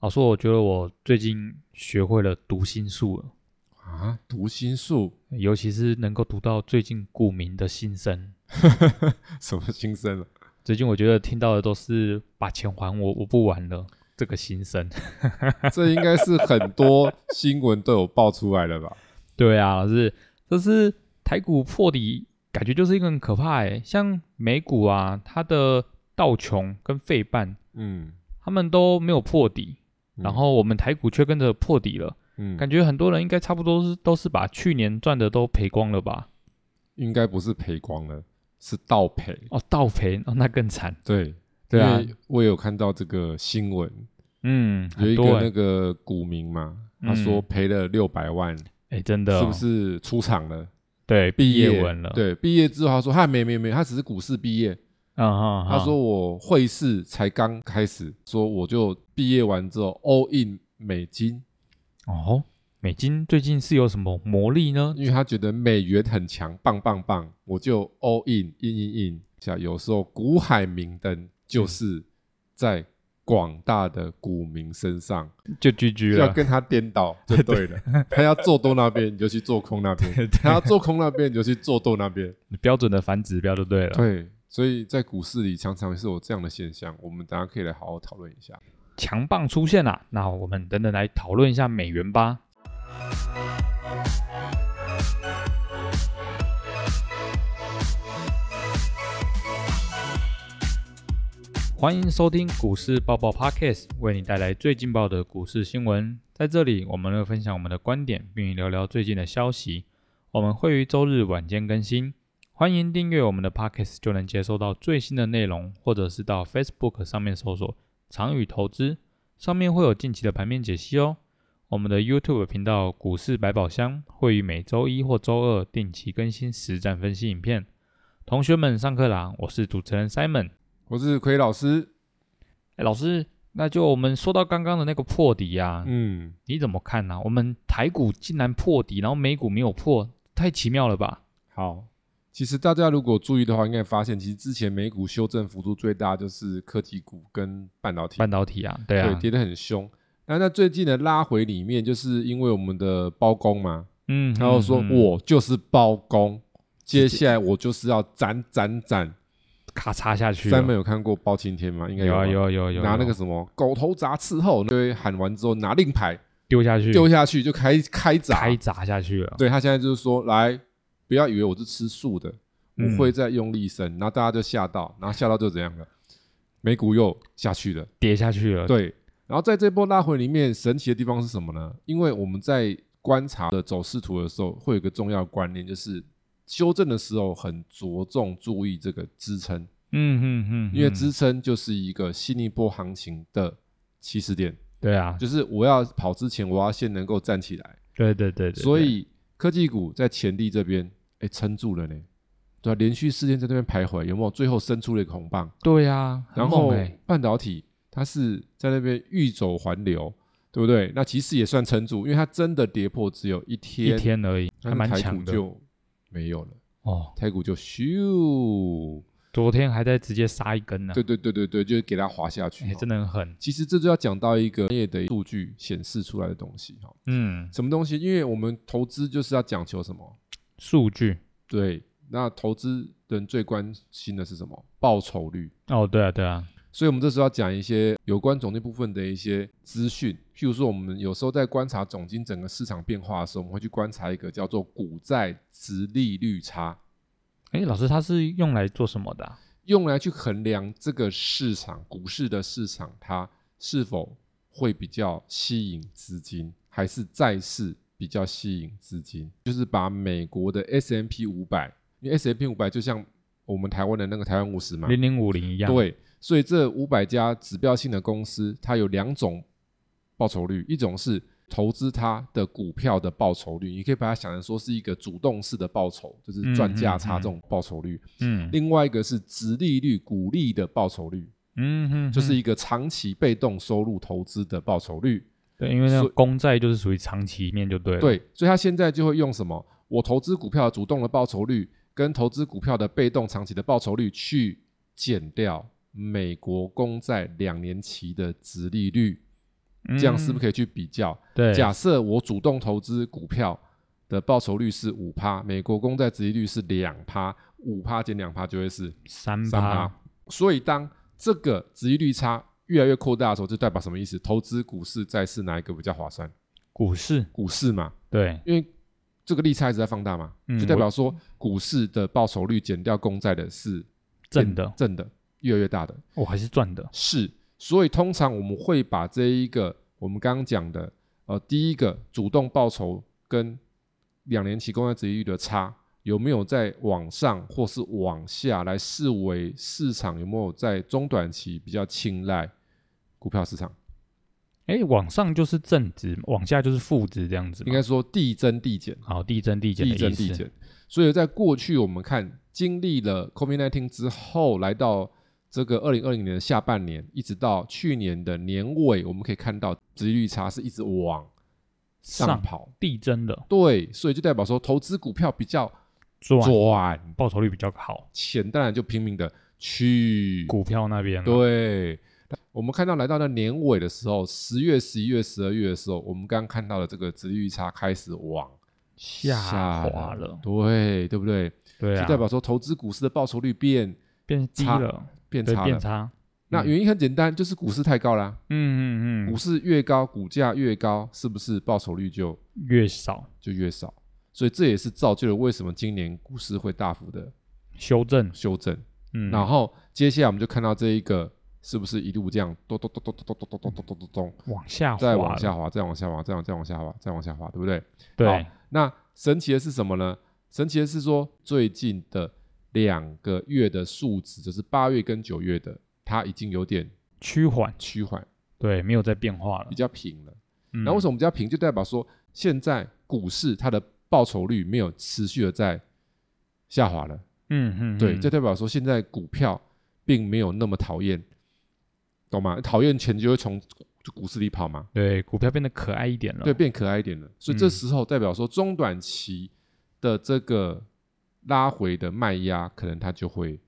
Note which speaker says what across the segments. Speaker 1: 老说我觉得我最近学会了读心术了，
Speaker 2: 啊，读心术
Speaker 1: 尤其是能够读到最近股民的心声。
Speaker 2: 什么心声 啊？
Speaker 1: 最近我觉得听到的都是把钱还我，我不玩了这个心声。
Speaker 2: 这应该是很多新闻都有爆出来的吧？
Speaker 1: 对啊，老师，这是台股破底，感觉就是一个很可怕诶。像美股啊，它的道琼跟费半，
Speaker 2: 嗯，
Speaker 1: 他们都没有破底，
Speaker 2: 嗯
Speaker 1: 然后我们台股却跟着破底了。
Speaker 2: 嗯，
Speaker 1: 感觉很多人应该差不多是都是把去年赚的都赔光了吧？
Speaker 2: 应该不是赔光了，是倒赔。
Speaker 1: 哦，倒赔哦，那更惨。
Speaker 2: 对，
Speaker 1: 对啊
Speaker 2: 因为我有看到这个新闻，
Speaker 1: 嗯，
Speaker 2: 有
Speaker 1: 很
Speaker 2: 一
Speaker 1: 多
Speaker 2: 个
Speaker 1: 哎、
Speaker 2: 那个股民嘛，他
Speaker 1: 嗯
Speaker 2: 说赔了六百万，
Speaker 1: 诶真的、哦，
Speaker 2: 是不是出场了？
Speaker 1: 对
Speaker 2: 毕
Speaker 1: 毕
Speaker 2: 业
Speaker 1: 业文了？，
Speaker 2: 对，毕业之后他说他没没没，他只是股市毕业。
Speaker 1: 嗯哈，哈
Speaker 2: 他说我会试才刚开始，说我就毕业完之后 all in 美金，
Speaker 1: 哦，美金最近是有什么魔力呢？
Speaker 2: 因为他觉得美元很强，棒棒棒，我就 all in in in in。像有时候股海明灯就是在广大的股民身上，
Speaker 1: 就 GG
Speaker 2: 要
Speaker 1: 了，
Speaker 2: 跟他颠倒就 对了。他要做多那边，你就去做空那边；他要做空那边，你就去做多那边。
Speaker 1: 标准的反指标就对了。啊
Speaker 2: 对，所以在股市里常常是有这样的现象，我们等下可以来好好讨论一下。
Speaker 1: 强棒出现啦、那我们等等来讨论一下美元吧。欢迎收听股市爆爆 Podcast，为你带来最劲爆的股市新闻。在这里，我们会分享我们的观点，并聊聊最近的消息。我们会于周日晚间更新，欢迎订阅我们的 Podcast，就能接收到最新的内容，或者是到 Facebook 上面搜索长宇投资，上面会有近期的盘面解析哦。我们的 YouTube 频道股市百宝箱会于每周一或周二定期更新实战分析影片。同学们上课啦！我是主持人 Simon。
Speaker 2: 我是奎老师，
Speaker 1: 哎，老师，那就我们说到刚刚的那个破底啊，
Speaker 2: 嗯，
Speaker 1: 你怎么看呢、我们台股竟然破底，然后美股没有破，太奇妙了吧？
Speaker 2: 好。其实大家如果注意的话，应该发现，其实之前美股修正幅度最大就是科技股跟半导体，
Speaker 1: 半导体啊，对
Speaker 2: 对,、
Speaker 1: 啊，
Speaker 2: 跌得很凶。那那最近的拉回里面，就是因为我们的包工嘛，
Speaker 1: 嗯，
Speaker 2: 然后说、
Speaker 1: 嗯嗯
Speaker 2: 我就是包工，接下来我就是要斩斩斩。
Speaker 1: 咔嚓下去了，
Speaker 2: 三妹有看过包青天吗？应该
Speaker 1: 有啊
Speaker 2: 吧
Speaker 1: 有啊有啊有啊
Speaker 2: 拿那
Speaker 1: 有
Speaker 2: 个
Speaker 1: 啊
Speaker 2: 什么狗头铡伺候，就会喊完之后拿令牌
Speaker 1: 丢下去，
Speaker 2: 丢下去就开开闸。
Speaker 1: 开砸下去了，
Speaker 2: 对他现在就是说，来，不要以为我是吃素的，
Speaker 1: 嗯
Speaker 2: 我会再用力伸，然后大家就吓到，然后吓到就怎样了？美股又下去了，
Speaker 1: 跌下去了，
Speaker 2: 对。然后在这波拉回里面，神奇的地方是什么呢？因为我们在观察的走势图的时候，会有一个重要观念，就是修正的时候很着重注意这个支撑。
Speaker 1: 嗯嗯嗯，
Speaker 2: 因为
Speaker 1: 嗯
Speaker 2: 支撑就是一个新一波行情的起始点，
Speaker 1: 对啊，
Speaker 2: 就是我要跑之前，我要先能够站起来。
Speaker 1: 对对对对对，
Speaker 2: 所以科技股在前低这边，哎，撑住了呢，对啊，连续四天在那边徘徊，有没有？最后伸出了一个红棒，
Speaker 1: 对啊，很猛
Speaker 2: 然后
Speaker 1: 欸
Speaker 2: 半导体它是在那边欲走还留，对不对？那其实也算撑住，因为它真的跌破只有一
Speaker 1: 一
Speaker 2: 天，
Speaker 1: 天而已，还
Speaker 2: 但
Speaker 1: 蛮
Speaker 2: 是台
Speaker 1: 强
Speaker 2: 股
Speaker 1: 的
Speaker 2: 就没有了，
Speaker 1: 哦。
Speaker 2: 台股就咻，
Speaker 1: 昨天还在直接杀一根呢，
Speaker 2: 对对对对对，就给它滑下去
Speaker 1: 哎，
Speaker 2: 哦，
Speaker 1: 真的很狠，
Speaker 2: 其实这就要讲到一个业的数据显示出来的东西哈，
Speaker 1: 嗯，
Speaker 2: 什么东西？因为我们投资就是要讲求什么？
Speaker 1: 数据
Speaker 2: 对，那投资人最关心的是什么？报酬率。
Speaker 1: 哦，对啊对啊，
Speaker 2: 所以我们这时候要讲一些有关总经部分的一些资讯，譬如说我们有时候在观察总经整个市场变化的时候，我们会去观察一个叫做股债值利率差，
Speaker 1: 哎，老师他是用来做什么的啊？
Speaker 2: 用来去衡量这个市场股市的市场，它是否会比较吸引资金，还是债市比较吸引资金？就是把美国的 S M P 五百，因为 S M P 五百就像我们台湾的那个台湾五十嘛，
Speaker 1: 零零五零一样，，
Speaker 2: 啊对，所以这五百家指标性的公司，它有两种报酬率，一种是投资它的股票的报酬率，你可以把它想成说是一个主动式的报酬，就是赚价差这种报酬率。
Speaker 1: 嗯
Speaker 2: 另外一个是直利率股利的报酬率，
Speaker 1: 嗯哼，
Speaker 2: 就是
Speaker 1: 哼
Speaker 2: 一个长期被动收入投资的报酬率。
Speaker 1: 对，因为那
Speaker 2: 所
Speaker 1: 个公债就是属于长期面就对了，，
Speaker 2: 对，所以他现在就会用什么？我投资股票主动的报酬率跟投资股票的被动长期的报酬率去减掉美国公债两年期的殖利率，这样是不是可以去比较？
Speaker 1: 嗯对，
Speaker 2: 假设我主动投资股票的报酬率是五趴，美国公债殖利率是两趴，五趴减两趴就会是
Speaker 1: 三
Speaker 2: 三趴
Speaker 1: 趴，。
Speaker 2: 嗯所以当这个殖利率差越来越扩大的时候，就代表什么意思？投资股市、债市哪一个比较划算？
Speaker 1: 股市
Speaker 2: 股市嘛，
Speaker 1: 对，
Speaker 2: 因为这个利差一直在放大嘛，
Speaker 1: 嗯
Speaker 2: 就代表说股市的报酬率减掉公债的是
Speaker 1: 正的，
Speaker 2: 正的越来越大的。
Speaker 1: 我还是赚的，
Speaker 2: 是，所以通常我们会把这一个我们刚刚讲的，呃，第一个主动报酬跟两年期公债殖利率的差有没有在往上或是往下来视为市场有没有在中短期比较青睐股票市场，
Speaker 1: 哎，往上就是正值，往下就是负值这样子嘛，
Speaker 2: 应该说递增递减。
Speaker 1: 好递增递减
Speaker 2: 递
Speaker 1: 的
Speaker 2: 增
Speaker 1: 意
Speaker 2: 递
Speaker 1: 思，
Speaker 2: 减。所以在过去，我们看经历了 COVID-19 之后，来到这个二零二零年的下半年，一直到去年的年尾，我们可以看到殖利率差是一直往上
Speaker 1: 上
Speaker 2: 跑。
Speaker 1: 递增的
Speaker 2: 对，所以就代表说，投资股票比较
Speaker 1: 赚，
Speaker 2: 转，
Speaker 1: 报酬率比较好，
Speaker 2: 钱当然就拼命的去
Speaker 1: 股票那边啊
Speaker 2: 对，我们看到来到那年尾的时候，十月、十一月、十二月的时候，我们刚刚看到了这个殖利率差开始往
Speaker 1: 下滑了，
Speaker 2: 对，对不对？
Speaker 1: 对啊，
Speaker 2: 就代表说投资股市的报酬率变
Speaker 1: 变低
Speaker 2: 差
Speaker 1: 了，
Speaker 2: 变
Speaker 1: 对，
Speaker 2: 差了
Speaker 1: 变。差，
Speaker 2: 那原因很简单，就是股市太高啦。
Speaker 1: 嗯嗯
Speaker 2: 股市越高，股价越高，是不是报酬率就
Speaker 1: 嗯，越少
Speaker 2: 就越少？所以这也是造就了为什么今年股市会大幅的
Speaker 1: 修正，
Speaker 2: 修正。
Speaker 1: 嗯，
Speaker 2: 然后接下来我们就看到这一个是不是一路这样咚咚咚咚咚咚咚咚咚咚咚咚，
Speaker 1: 往下滑，
Speaker 2: 再往，下滑，再往下滑，再往再往下滑，再往下滑，对不对？
Speaker 1: 对，
Speaker 2: 那神奇的是什么呢？神奇的是说，最近的两个月的数值，就是八月跟九月的，它已经有点
Speaker 1: 趋缓，
Speaker 2: 趋缓，
Speaker 1: 对，没有在变化了
Speaker 2: 比。较平了。
Speaker 1: 嗯
Speaker 2: 然后为什么比较平，就代表说现在股市它的报酬率没有持续的在下滑了。
Speaker 1: 嗯嗯，
Speaker 2: 对，
Speaker 1: 嗯
Speaker 2: 这代表说现在股票并没有那么讨厌，懂吗？讨厌钱就会从股市里跑嘛。
Speaker 1: 对股票变得可爱一点了。
Speaker 2: 对，，变可爱一点了。所以这
Speaker 1: 嗯
Speaker 2: 时候代表说中短期的这个拉回的卖压，可能它就会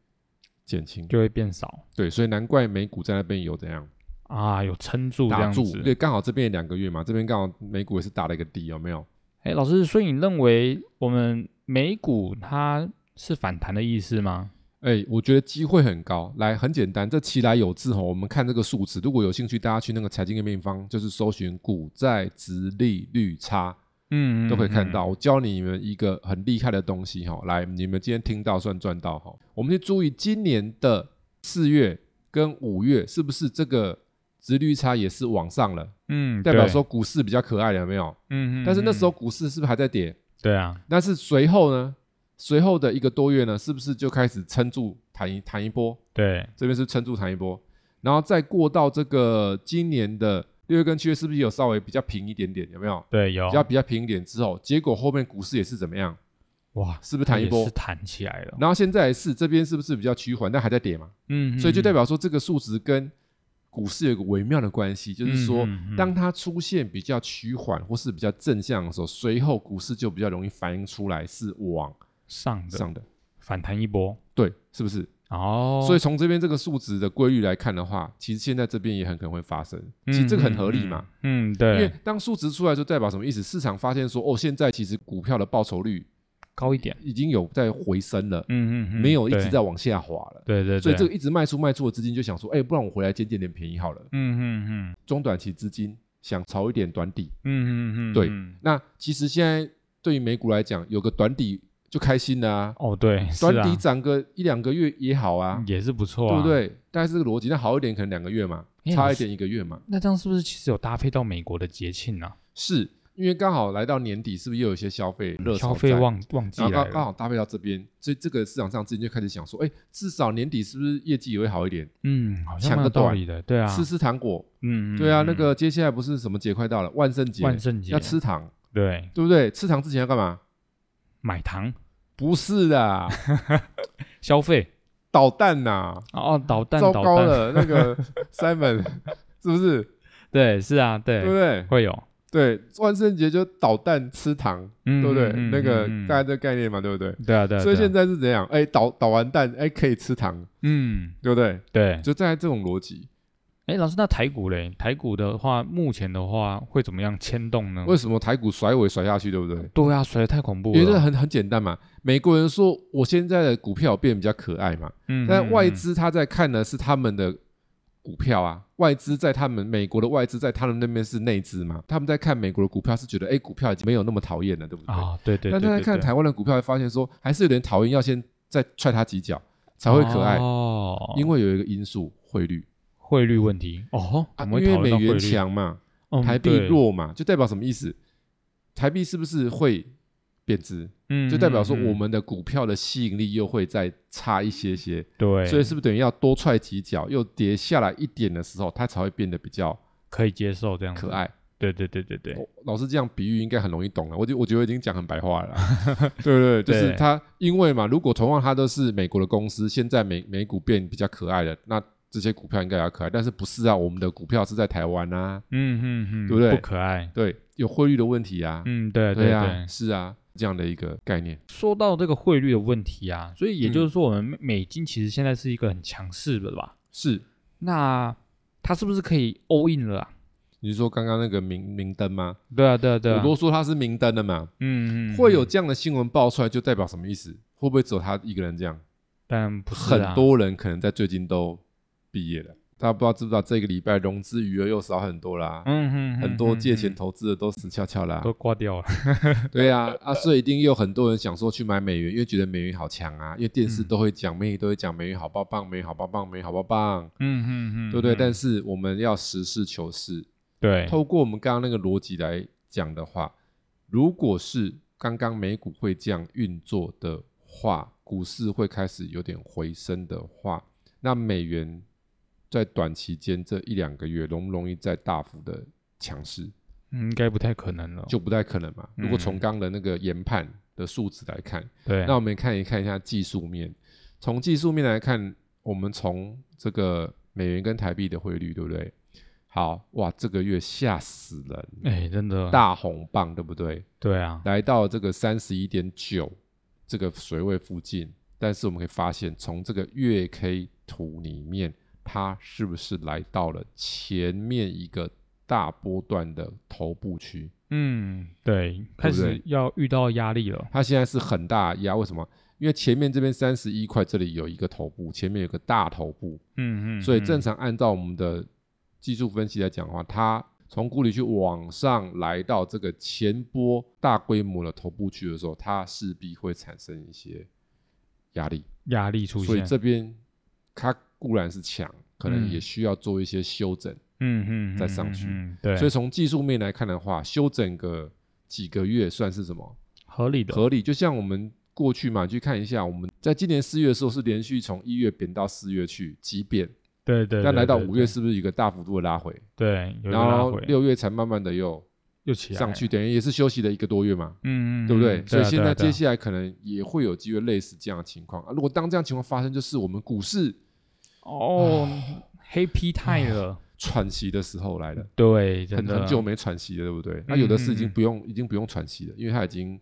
Speaker 2: 减轻。
Speaker 1: 就会变少
Speaker 2: 对，所以难怪美股在那边有怎样
Speaker 1: 啊，有撑住这
Speaker 2: 打
Speaker 1: 样
Speaker 2: 住，
Speaker 1: 子。
Speaker 2: 对，刚好这边也两个月嘛，这边刚好美股也是打了一个底，有没有？
Speaker 1: 哎，老师，所以你认为我们美股它是反弹的意思吗？
Speaker 2: 哎，我觉得机会很高。来，很简单，这其来有自吼。我们看这个数值，如果有兴趣，大家去那个财经页面方，就是搜寻股债值利率差，
Speaker 1: 嗯，
Speaker 2: 都可以
Speaker 1: 嗯
Speaker 2: 看。到。我教你们一个很厉害的东西哈，来，你们今天听到算赚到哈。我们去注意今年的四月跟五月是不是这个值率差也是往上了，
Speaker 1: 嗯，嗯
Speaker 2: 代表，
Speaker 1: 对
Speaker 2: 说股市比较可爱了，有没有？
Speaker 1: 嗯嗯，
Speaker 2: 但是那时候
Speaker 1: 嗯，
Speaker 2: 股市是不是还在跌？
Speaker 1: 对啊，
Speaker 2: 但是随后呢，随后的一个多月呢，是不是就开始撑住弹一弹一波？
Speaker 1: 对，
Speaker 2: 这边是撑住弹一波，然后再过到这个今年的六月跟七月，是不是有稍微比较平一点点？有没有？
Speaker 1: 对，有
Speaker 2: 比较比较平一点之后，结果后面股市也是怎么样？
Speaker 1: 哇，
Speaker 2: 是不是弹一
Speaker 1: 也
Speaker 2: 波
Speaker 1: 是？弹起来了。
Speaker 2: 然后现在也是这边是不是比较趋缓，但还在跌嘛？
Speaker 1: 嗯，
Speaker 2: 所以就代
Speaker 1: 表
Speaker 2: 表说这个数值跟股市有一个微妙的关系，就是说
Speaker 1: 嗯嗯嗯
Speaker 2: 当它出现比较趋缓或是比较正向的时候，随后股市就比较容易反映出来是往
Speaker 1: 上的
Speaker 2: 上的，
Speaker 1: 反弹一波。
Speaker 2: 对，是不是？
Speaker 1: 哦，
Speaker 2: 所以
Speaker 1: 以
Speaker 2: 从这边这个数值的规律来看的话，其实现在这边也很可能会发生。其实这个很合理嘛，。
Speaker 1: 嗯嗯，嗯嗯
Speaker 2: 因为
Speaker 1: 对，
Speaker 2: 当数值出来就代表什么意思？市场发现说，哦，现在其实股票的报酬率
Speaker 1: 高一点。
Speaker 2: 已经有在回升了，
Speaker 1: 嗯嗯嗯，
Speaker 2: 没有一直
Speaker 1: 对
Speaker 2: 在。往下滑了。
Speaker 1: 对对，
Speaker 2: 所以
Speaker 1: 对
Speaker 2: 这个一直卖出卖出的资金就想说，哎，不然我回来捡捡点便宜好了。
Speaker 1: 嗯嗯嗯
Speaker 2: 中短期资金想炒一点短底，
Speaker 1: 嗯嗯嗯，
Speaker 2: 对
Speaker 1: 嗯
Speaker 2: 那其实现在对于美股来讲，有个短底就开心了啊，
Speaker 1: 哦， 对，是
Speaker 2: 短
Speaker 1: 啊
Speaker 2: 底涨个一两个月也好啊，
Speaker 1: 也是不错
Speaker 2: 对
Speaker 1: 啊，
Speaker 2: 不？对？大概是这个逻辑。那好一点可能两个月嘛，
Speaker 1: 哎
Speaker 2: 差
Speaker 1: 老
Speaker 2: 一
Speaker 1: 师
Speaker 2: 点一个月嘛，
Speaker 1: 那这样是不是其实有搭配到美国的节庆啊？
Speaker 2: 是因为刚好来到年底，是不是又有一些消费热潮
Speaker 1: 消费
Speaker 2: 在啊
Speaker 1: 旺旺季
Speaker 2: 然后
Speaker 1: 来
Speaker 2: 刚刚
Speaker 1: 了，
Speaker 2: 好搭配到这边，所以这个市场上资金就开始想说，哎，至少年底是不是业绩也会好一点？
Speaker 1: 嗯，好像
Speaker 2: 抢
Speaker 1: 蛮
Speaker 2: 个
Speaker 1: 有道
Speaker 2: 短
Speaker 1: 理的，对啊，
Speaker 2: 吃吃糖果，
Speaker 1: 嗯，嗯
Speaker 2: 对啊，
Speaker 1: 嗯
Speaker 2: 那个接下来不是什么节快到了，万圣节
Speaker 1: 万圣节
Speaker 2: 要吃糖，
Speaker 1: 对
Speaker 2: 对不对？吃糖之前要干嘛？
Speaker 1: 买糖
Speaker 2: 不是 啦，
Speaker 1: 消费
Speaker 2: 捣蛋呐、
Speaker 1: 哦，导弹
Speaker 2: 糟
Speaker 1: 导
Speaker 2: 糕
Speaker 1: 弹，
Speaker 2: 了，那 个 Simon 是不是？
Speaker 1: 对，是啊，
Speaker 2: 对
Speaker 1: 对
Speaker 2: 不，对？
Speaker 1: 会有，
Speaker 2: 对，万圣节就捣蛋吃糖，
Speaker 1: 嗯，
Speaker 2: 对不对？
Speaker 1: 嗯
Speaker 2: 那个
Speaker 1: 嗯嗯
Speaker 2: 大概这个概念嘛，对不对？
Speaker 1: 对啊对啊，
Speaker 2: 所以
Speaker 1: 对啊
Speaker 2: 现在是怎样？哎，捣捣完蛋，哎，可以吃糖，
Speaker 1: 嗯，
Speaker 2: 对不对？
Speaker 1: 对，
Speaker 2: 就大概这种逻辑。
Speaker 1: 哎，老师，那台股嘞？台股的话，目前的话会怎么样牵动呢？
Speaker 2: 为什么台股甩尾甩下去，对不对？
Speaker 1: 对啊，甩的太恐怖
Speaker 2: 因为这
Speaker 1: 了。
Speaker 2: 很很简单嘛。美国人说我现在的股票变比较可爱嘛，
Speaker 1: 嗯
Speaker 2: 但
Speaker 1: 嗯
Speaker 2: 外
Speaker 1: 嗯
Speaker 2: 资他在看的是他们的股票啊，外资在他们美国的外资在他们那边是内资嘛，他们在看美国的股票是觉得哎、诶股票已经没有那么讨厌了，对不对？
Speaker 1: 啊，对对对
Speaker 2: 但
Speaker 1: 对
Speaker 2: 他在
Speaker 1: 对
Speaker 2: 看台湾的股票，会发现说还是有点讨厌，要先再踹他几脚才会可爱，
Speaker 1: 哦，
Speaker 2: 因为有一个因素汇率
Speaker 1: 汇率问题哦，
Speaker 2: 啊，
Speaker 1: 怎
Speaker 2: 因
Speaker 1: 么会讨
Speaker 2: 为
Speaker 1: 论
Speaker 2: 美
Speaker 1: 到汇
Speaker 2: 元
Speaker 1: 率？
Speaker 2: 强嘛，
Speaker 1: 嗯
Speaker 2: 台币
Speaker 1: 对
Speaker 2: 弱嘛，就代表什么意思？台币是不是会贬值？
Speaker 1: 嗯，
Speaker 2: 就代表说我
Speaker 1: 嗯嗯
Speaker 2: 们的股票的吸引力又会再差一些些，
Speaker 1: 对，
Speaker 2: 所以是不是等于要多踹几脚，又跌下来一点的时候，它才会变得比较
Speaker 1: 可以接受这样子
Speaker 2: 可。爱？
Speaker 1: 对对对对对，
Speaker 2: 哦老师这样比喻应该很容易懂了，啊我就我觉得已经讲很白话了 啦，对不对？就是
Speaker 1: 对
Speaker 2: 它，因为嘛，如果同样它都是美国的公司，现在美美股变比较可爱了，那这些股票应该也要可爱，但是不是啊？我们的股票是在台湾啊，
Speaker 1: 嗯嗯嗯，
Speaker 2: 对不对
Speaker 1: 不可爱。
Speaker 2: 对，有汇率的问题啊，
Speaker 1: 嗯，对
Speaker 2: 对啊，
Speaker 1: 对。
Speaker 2: 是啊，这样的一个概念，
Speaker 1: 说到这个汇率的问题啊，所以也
Speaker 2: 嗯
Speaker 1: 就是说，我们美美金其实现在是一个很强势的吧？
Speaker 2: 是
Speaker 1: 那它是不是可以 all in 了啊？
Speaker 2: 你是说刚刚那个明明灯吗？
Speaker 1: 对啊，对啊，对啊。
Speaker 2: 我都说他是明灯了嘛，
Speaker 1: 嗯，嗯嗯
Speaker 2: 会有这样的新闻爆出来，就代表什么意思？会不会只有他一个人这样？
Speaker 1: 但不是啊
Speaker 2: 很多人可能在最近都毕业了，大家不知道知不知道这个礼拜融资余额又少很多啦，
Speaker 1: 嗯嗯，
Speaker 2: 很多借
Speaker 1: 嗯
Speaker 2: 钱
Speaker 1: 嗯
Speaker 2: 投资的都死翘翘啦
Speaker 1: 嗯。都挂 掉了。
Speaker 2: 对啊，啊，所以一定有很多人想说去买美元，因为觉得美元好强啊，因为电视
Speaker 1: 嗯
Speaker 2: 都会讲，美女都会讲美元好棒棒，美元好棒棒，美元好棒棒，
Speaker 1: 嗯嗯嗯，
Speaker 2: 对不对？
Speaker 1: 嗯
Speaker 2: 但是我们要实事求是，
Speaker 1: 对，
Speaker 2: 透过我们刚刚那个逻辑来讲的话，如果是刚刚美股会这样运作的话，股市会开始有点回升的话，那美元在短期间这一两个月容不容易再大幅的强势，
Speaker 1: 嗯应该不太可能了。
Speaker 2: 就不太可能嘛。
Speaker 1: 嗯
Speaker 2: 如果从刚的那个研判的数值来看，
Speaker 1: 对，
Speaker 2: 那我们看一看一下技术面。从技术面来看，我们从这个美元跟台币的汇率，对不对？好哇，这个月吓死人！
Speaker 1: 哎，真的
Speaker 2: 大红棒，对不对？
Speaker 1: 对啊，
Speaker 2: 来到这个三十一点九这个水位附近，但是我们可以发现，从这个月 K 图里面，它是不是来到了前面一个大波段的头部区？
Speaker 1: 嗯，对，开
Speaker 2: 对不对
Speaker 1: 始要遇到压力了。
Speaker 2: 它现在是很大的压，为什么？因为前面这边三十一块，这里有一个头部，前面有个大头部，
Speaker 1: 嗯嗯，
Speaker 2: 所以
Speaker 1: 嗯
Speaker 2: 正常按照我们的技术分析来讲的话，它从谷底去往上来到这个前波大规模的头部区的时候，它势必会产生一些压力，
Speaker 1: 压力出现，
Speaker 2: 所以这边它固然是强，可能
Speaker 1: 嗯
Speaker 2: 也需要做一些修整。
Speaker 1: 嗯嗯
Speaker 2: 再上去
Speaker 1: 嗯嗯嗯对，
Speaker 2: 所以从技术面来看的话，修整个几个月算是什么
Speaker 1: 合理的，
Speaker 2: 合理？就像我们。过去嘛，你去看一下，我们在今年四月的时候是连续从一月贬到四月去，急贬，
Speaker 1: 对对，对
Speaker 2: 那来到
Speaker 1: 对
Speaker 2: 五月
Speaker 1: 对
Speaker 2: 是不是一个大幅度的拉回？
Speaker 1: 对，有一个
Speaker 2: 然
Speaker 1: 拉
Speaker 2: 后
Speaker 1: 回
Speaker 2: 六月才慢慢的又
Speaker 1: 又起来
Speaker 2: 上
Speaker 1: 了
Speaker 2: 去，，等于也是休息了一个多月嘛，
Speaker 1: 嗯嗯，
Speaker 2: 对不对？
Speaker 1: 嗯
Speaker 2: 所以
Speaker 1: 啊
Speaker 2: 现
Speaker 1: 对啊
Speaker 2: 在
Speaker 1: 对啊
Speaker 2: 接下来可能也会有机会类似这样的情况啊。如果当这样情况发生，就是我们股市
Speaker 1: 哦，黑皮太了，
Speaker 2: 喘息的时候来了，
Speaker 1: 对，真
Speaker 2: 很
Speaker 1: 的啊嗯
Speaker 2: 很久没喘息了，对不对？啊那有的是已经不用，已经不用喘息了，因为他已经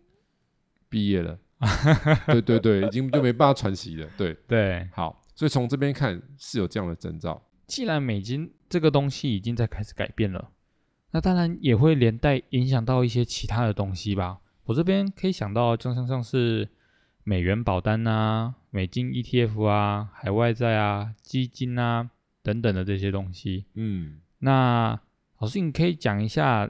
Speaker 2: 毕业了， 对对对，已经就没办法喘息了。对，
Speaker 1: 对。
Speaker 2: 好，所以从这边看是有这样的征兆，
Speaker 1: 既然美金这个东西已经在开始改变了，那当然也会连带影响到一些其他的东西吧。我这边可以想到，就像像是美元保单啊、美金 ETF 啊、海外债啊、基金啊等等的这些东西。
Speaker 2: 嗯，
Speaker 1: 那老师，你可以讲一下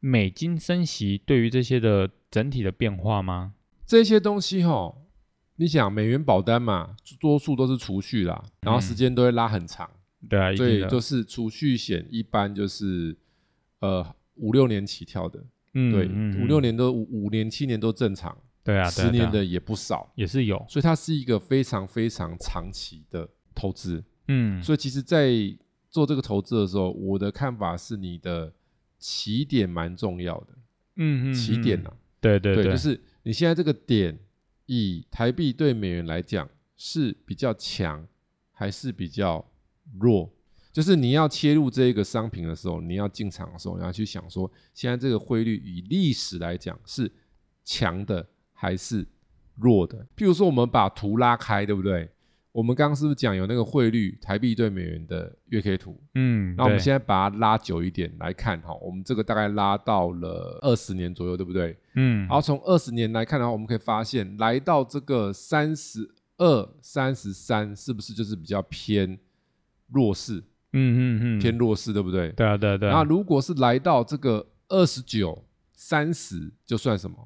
Speaker 1: 美金升息对于这些的整体的变化吗？
Speaker 2: 这些东西哈，你想美元保单嘛，多数都是储蓄啦，然
Speaker 1: 嗯
Speaker 2: 后时间都会拉很长，
Speaker 1: 对啊，一
Speaker 2: 所以
Speaker 1: 定的
Speaker 2: 就是储蓄险一般就是呃五六年起跳的，
Speaker 1: 嗯
Speaker 2: 对，
Speaker 1: 嗯
Speaker 2: 五六
Speaker 1: 嗯
Speaker 2: 年都五五年七年都正常，
Speaker 1: 对啊，对啊
Speaker 2: 十年
Speaker 1: 对啊
Speaker 2: 的也不少，
Speaker 1: 也是有，
Speaker 2: 所以它是一个非常非常长期的投资。
Speaker 1: 嗯，
Speaker 2: 所以其实，在做这个投资的时候，我的看法是你的起点蛮重要的，
Speaker 1: 嗯嗯
Speaker 2: 起点
Speaker 1: 嗯
Speaker 2: 啊，
Speaker 1: 对对
Speaker 2: 对，就是你现在这个点，以台币对美元来讲是比较强还是比较弱？就是你要切入这个商品的时候，你要进场的时候，你要去想说，现在这个汇率以历史来讲是强的还是弱的？譬如说，我们把图拉开，对不对？我们刚刚是不是讲有那个汇率台币对美元的月 K 图？
Speaker 1: 嗯，
Speaker 2: 那我们
Speaker 1: 对
Speaker 2: 现在把它拉久一点来看哈，我们这个大概拉到了二十年左右，对不对？
Speaker 1: 嗯
Speaker 2: 然后从二十年来看的话，我们可以发现，来到这个三十二、三十三，是不是就是比较偏弱势？
Speaker 1: 嗯嗯嗯，
Speaker 2: 偏弱势，对不对？
Speaker 1: 对啊对啊对
Speaker 2: 那
Speaker 1: 啊，
Speaker 2: 如果是来到这个二十九、三十，就算什么？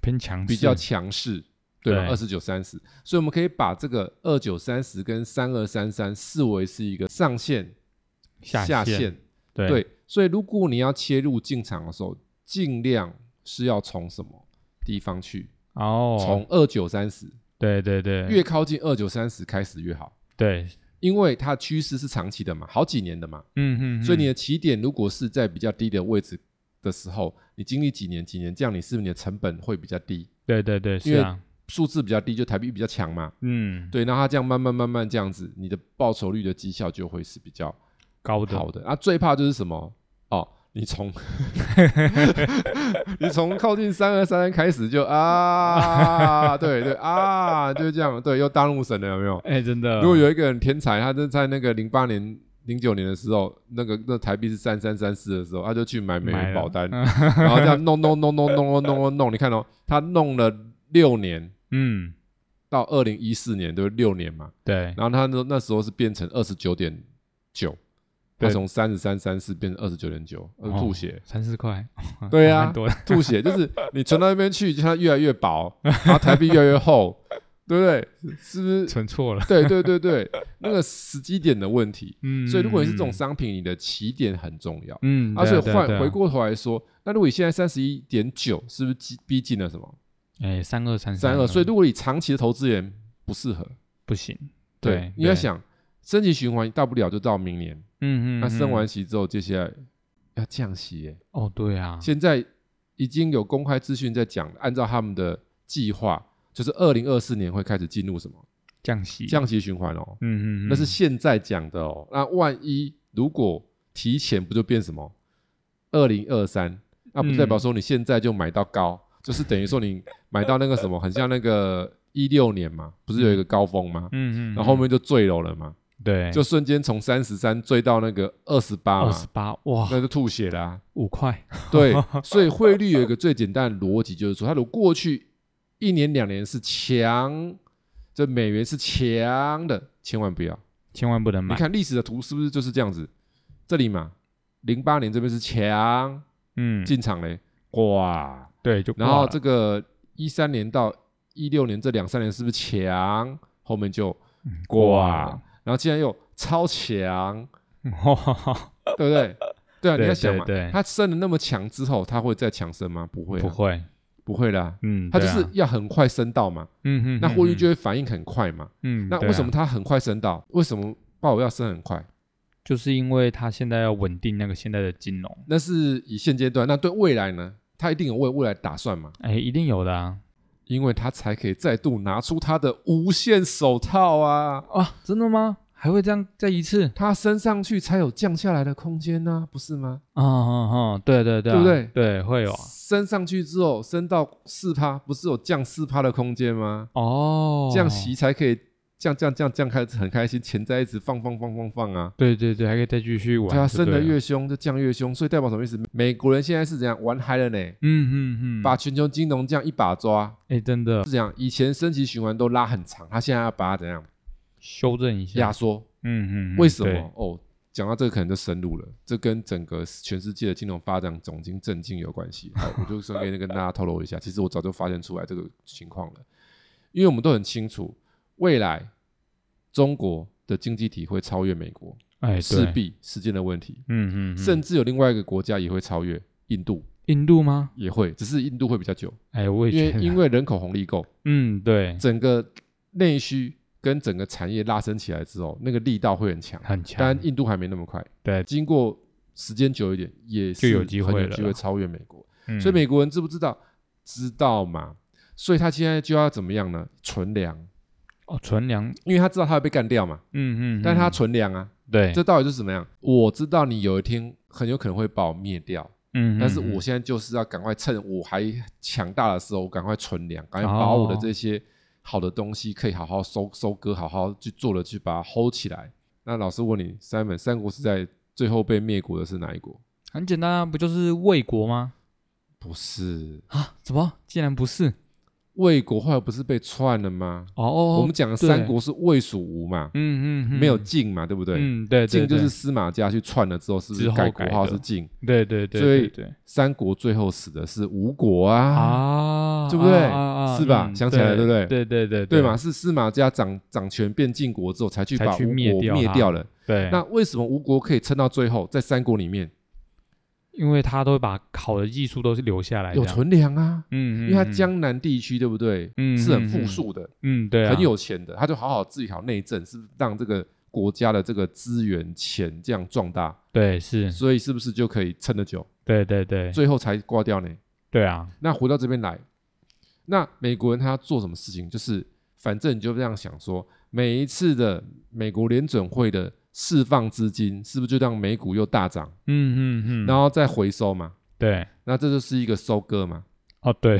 Speaker 1: 偏强势
Speaker 2: 比较强势，对吧？
Speaker 1: 对
Speaker 2: 二十九、三十，所以我们可以把这个二九、三十跟三二、三三视为是一个上限、
Speaker 1: 下
Speaker 2: 下
Speaker 1: 线
Speaker 2: 限
Speaker 1: 对
Speaker 2: 对，所以如果你要切入进场的时候，尽量是要从什么地方去？
Speaker 1: 哦，
Speaker 2: 从二九三十，
Speaker 1: 对对对
Speaker 2: 越靠近二九三十开始越好，
Speaker 1: 对
Speaker 2: 因为它趋势是长期的嘛，好几年的嘛，
Speaker 1: 嗯嗯，
Speaker 2: 所以你
Speaker 1: 嗯
Speaker 2: 的起点如果是在比较低的位置的时候，你经历几年几年，这样你是不是你的成本会比较低？
Speaker 1: 对对对是
Speaker 2: 因为
Speaker 1: 啊，
Speaker 2: 数字比较低，就台币比较强嘛。
Speaker 1: 嗯，
Speaker 2: 对，那它这样慢慢慢慢这样子，你的报酬率的绩效就会是比较
Speaker 1: 高的
Speaker 2: 好的。啊，最怕就是什么？哦，你从你从靠近三二三三开始就啊，对对啊，就是这样，对，又大怒神了，有没有？
Speaker 1: 哎、真的，
Speaker 2: 如果有一个很天才，他就在那个零八年、零九年的时候，那个那台币是三三三四的时候，他就去买美
Speaker 1: 买
Speaker 2: 元
Speaker 1: 了
Speaker 2: 保单，然后这样弄弄弄弄弄弄弄弄，你看哦，他弄了六年。
Speaker 1: 嗯，
Speaker 2: 到二零一四年，对，六年嘛，
Speaker 1: 对，
Speaker 2: 然后他那那时候是变成二十九点九，他
Speaker 1: 对
Speaker 2: 从三十三三四变成二十九点九，呃
Speaker 1: 哦
Speaker 2: 吐血。
Speaker 1: 三四块，
Speaker 2: 对
Speaker 1: 啊，
Speaker 2: 啊
Speaker 1: 蛮，多的，
Speaker 2: 吐血就是你存到那边去，就它越来越薄，然后台币越来越厚，对不对？是不是？
Speaker 1: 存错了，
Speaker 2: 对对对对，那个时机点的问题。
Speaker 1: 嗯，
Speaker 2: 所以如果你是这种
Speaker 1: 嗯，
Speaker 2: 商品，你的起点很重要。
Speaker 1: 嗯，
Speaker 2: 而
Speaker 1: 对
Speaker 2: 且
Speaker 1: 啊对啊对
Speaker 2: 换
Speaker 1: 啊
Speaker 2: 回过头来说，那如果你现在三十一点九，是不是逼逼近了什么
Speaker 1: 哎，三二三
Speaker 2: 三二？所以
Speaker 1: 以
Speaker 2: 如果你长期的投资人不适合，
Speaker 1: 不行，对
Speaker 2: 你要
Speaker 1: 对
Speaker 2: 想升级循环，大不了就到明年。
Speaker 1: 嗯嗯，
Speaker 2: 那升
Speaker 1: 嗯
Speaker 2: 完息之后，接下来要降息耶。
Speaker 1: 哦，对啊，
Speaker 2: 现在已经有公开资讯在讲，按照他们的计划，就是二零二四年会开始进入什么
Speaker 1: 降息，，
Speaker 2: 降息循环哦。
Speaker 1: 嗯嗯，
Speaker 2: 那是
Speaker 1: 嗯
Speaker 2: 现在讲的哦。那万一如果提前，不就变什么二零二三？那不代
Speaker 1: 嗯
Speaker 2: 表说你现在就买到高，就是等于说你买到那个什 么，很像那个一六年嘛，不是有一个高峰吗？
Speaker 1: 嗯嗯，
Speaker 2: 然后后
Speaker 1: 嗯
Speaker 2: 面就坠楼了嘛。
Speaker 1: 对，啊
Speaker 2: 就瞬间从三十三追到那个二十八
Speaker 1: 二十
Speaker 2: 嘛，
Speaker 1: 八，哇，
Speaker 2: 那就吐血啦、
Speaker 1: 五块，
Speaker 2: 对，所以汇率有一个最简单的逻辑，就是说，它如果过去一年两年是强，这美元是强的，千万不要。
Speaker 1: 千万不能
Speaker 2: 你
Speaker 1: 买，
Speaker 2: 看历史的图是不是就是这样子？这里嘛，零八年这边是强
Speaker 1: 嗯，
Speaker 2: 进场嘞，哇，
Speaker 1: 对，就
Speaker 2: 然
Speaker 1: 挂
Speaker 2: 后
Speaker 1: 了
Speaker 2: 这个一三年到一六年这两三年是不是强？后面就
Speaker 1: 挂
Speaker 2: 哇
Speaker 1: 了，
Speaker 2: 然后竟然又超强。
Speaker 1: 哇，
Speaker 2: 对不对？对啊，
Speaker 1: 对
Speaker 2: 你要想嘛
Speaker 1: 对对，
Speaker 2: 它升的那么强之后，它会再强升吗？不会、啊，
Speaker 1: 不，会，
Speaker 2: 不会啦。
Speaker 1: 嗯，
Speaker 2: 它就
Speaker 1: 对啊
Speaker 2: 是要很快升到嘛，
Speaker 1: 嗯嗯，
Speaker 2: 那汇率
Speaker 1: 嗯
Speaker 2: 就会反应很快嘛。
Speaker 1: 嗯，
Speaker 2: 那
Speaker 1: 对
Speaker 2: 为什
Speaker 1: 啊
Speaker 2: 么它很快升到？为什么鲍尔要升很快？
Speaker 1: 就是因为它现在要稳定那个现在的金融，
Speaker 2: 那是以现阶段，那对未来呢？它一定有为未来打算嘛，
Speaker 1: 哎，一定有的啊！
Speaker 2: 因为它才可以再度拿出它的无限手套啊，
Speaker 1: 啊，真的吗？还会这样再一次？
Speaker 2: 它升上去才有降下来的空间呢、不是吗？
Speaker 1: 啊啊啊！对对对啊，
Speaker 2: 对不对
Speaker 1: 对，会有啊。
Speaker 2: 升上去之后，升到四趴，不是有降四趴的空间吗？
Speaker 1: 哦，
Speaker 2: 这样洗才可以，这样这样这样这样开很开心，钱在一直放放放放放啊。
Speaker 1: 对对对，还可以再继续玩就
Speaker 2: 对
Speaker 1: 对
Speaker 2: 啊，
Speaker 1: 了。
Speaker 2: 升得越凶就降越凶，所以代表什么意思？美国人现在是怎样玩嗨了呢？
Speaker 1: 嗯嗯嗯，
Speaker 2: 把全球金融这样一把抓，
Speaker 1: 哎，真的
Speaker 2: 是这样。以前升级循环都拉很长，他现在要把它怎样
Speaker 1: 修正一下
Speaker 2: 压。缩？
Speaker 1: 嗯嗯，嗯
Speaker 2: 为什？
Speaker 1: 对
Speaker 2: 么？哦，讲到这个可能就深入了，这跟整个全世界的金融发展总经震惊有关系。好，我就顺便跟大家透露一下，其实我早就发现出来这个情况了，因为我们都很清楚，未来中国的经济体会超越美国，
Speaker 1: 哎，
Speaker 2: 势
Speaker 1: 对，
Speaker 2: 必时间的问题，
Speaker 1: 嗯嗯，嗯
Speaker 2: 甚至有另外一个国家也会超越印度，
Speaker 1: 印度吗？
Speaker 2: 也会，只是印度会比较久，
Speaker 1: 哎，我也
Speaker 2: 因
Speaker 1: 觉
Speaker 2: 为
Speaker 1: 得，
Speaker 2: 因为人口红利够，
Speaker 1: 嗯，对，
Speaker 2: 整个内需跟整个产业拉升起来之后，那个力道会很强。
Speaker 1: 很
Speaker 2: 当
Speaker 1: 强
Speaker 2: 然，，印度还没那么快，
Speaker 1: 对，
Speaker 2: 经过时间久一点，也是
Speaker 1: 就有机会
Speaker 2: 很有
Speaker 1: 了
Speaker 2: 机
Speaker 1: 啦
Speaker 2: 会超越美国。
Speaker 1: 嗯
Speaker 2: 所以美国人知不知道？知道嘛？所以他现在就要怎么样呢？存粮，
Speaker 1: 哦，存粮，
Speaker 2: 因为他知道他会被干掉嘛，
Speaker 1: 嗯嗯，嗯
Speaker 2: 但是他存粮啊。
Speaker 1: 对，
Speaker 2: 这到底是怎么样？我知道你有一天很有可能会把我灭掉，
Speaker 1: 嗯，
Speaker 2: 但是
Speaker 1: 嗯
Speaker 2: 我现在就是要赶快趁我还强大的时候，赶快存粮，赶快把
Speaker 1: 哦
Speaker 2: 我的这些好的东西可以好好收收割，好好去做了去把它 hold 起来。那老师问你，Simon，三国时代最后被灭国的是哪一国？
Speaker 1: 很简单啊，不就是魏国吗？
Speaker 2: 不是
Speaker 1: 啊，怎么竟然不是？
Speaker 2: 魏国，后来不是被篡了吗？
Speaker 1: 哦哦，
Speaker 2: 我们讲的三国是魏、蜀、吴嘛，
Speaker 1: 嗯嗯嗯，
Speaker 2: 没有晋嘛，对不对？
Speaker 1: 嗯对对
Speaker 2: 晋就
Speaker 1: 对
Speaker 2: 是司马家去篡了之后，是不
Speaker 1: 之
Speaker 2: 是
Speaker 1: 后
Speaker 2: 改国
Speaker 1: 改
Speaker 2: 号
Speaker 1: 的
Speaker 2: 是晋？
Speaker 1: 对对对，
Speaker 2: 所以
Speaker 1: 对对
Speaker 2: 三国最后死的是吴国啊，
Speaker 1: 啊，
Speaker 2: 对不对
Speaker 1: 啊啊啊
Speaker 2: 是吧
Speaker 1: 嗯
Speaker 2: 想起来了对不
Speaker 1: 对？
Speaker 2: 对
Speaker 1: 对对对
Speaker 2: 对嘛？？是司马家掌掌权变晋国之后，才去
Speaker 1: 才
Speaker 2: 把吴
Speaker 1: 去
Speaker 2: 国
Speaker 1: 灭掉
Speaker 2: 灭
Speaker 1: 它
Speaker 2: 掉了。
Speaker 1: 对，
Speaker 2: 那为什么吴国可以撑到最后？在三国里面
Speaker 1: 因为他都会把好的技术都是留下来，
Speaker 2: 有，存粮啊，
Speaker 1: 嗯，嗯
Speaker 2: 因为他
Speaker 1: 嗯
Speaker 2: 江南地区对不对？
Speaker 1: 嗯
Speaker 2: 是很
Speaker 1: 嗯
Speaker 2: 富
Speaker 1: 嗯
Speaker 2: 庶的，
Speaker 1: 嗯对啊，
Speaker 2: 很有钱的，他就好好治理好内政，是不是让这个国家的这个资源钱这样壮大？
Speaker 1: 对是，
Speaker 2: 所以是不是就可以撑得久？
Speaker 1: 对对嗯对
Speaker 2: 最后才挂掉呢？
Speaker 1: 对啊，
Speaker 2: 那回到这边来，那美国人他做什么事情？就是反正你就这样想说，每一次的美国联准会的释放资金，是不是就让美股又大涨，
Speaker 1: 嗯嗯嗯，
Speaker 2: 然后再回收嘛？
Speaker 1: 对
Speaker 2: 那这就是一个收割嘛，
Speaker 1: 哦对，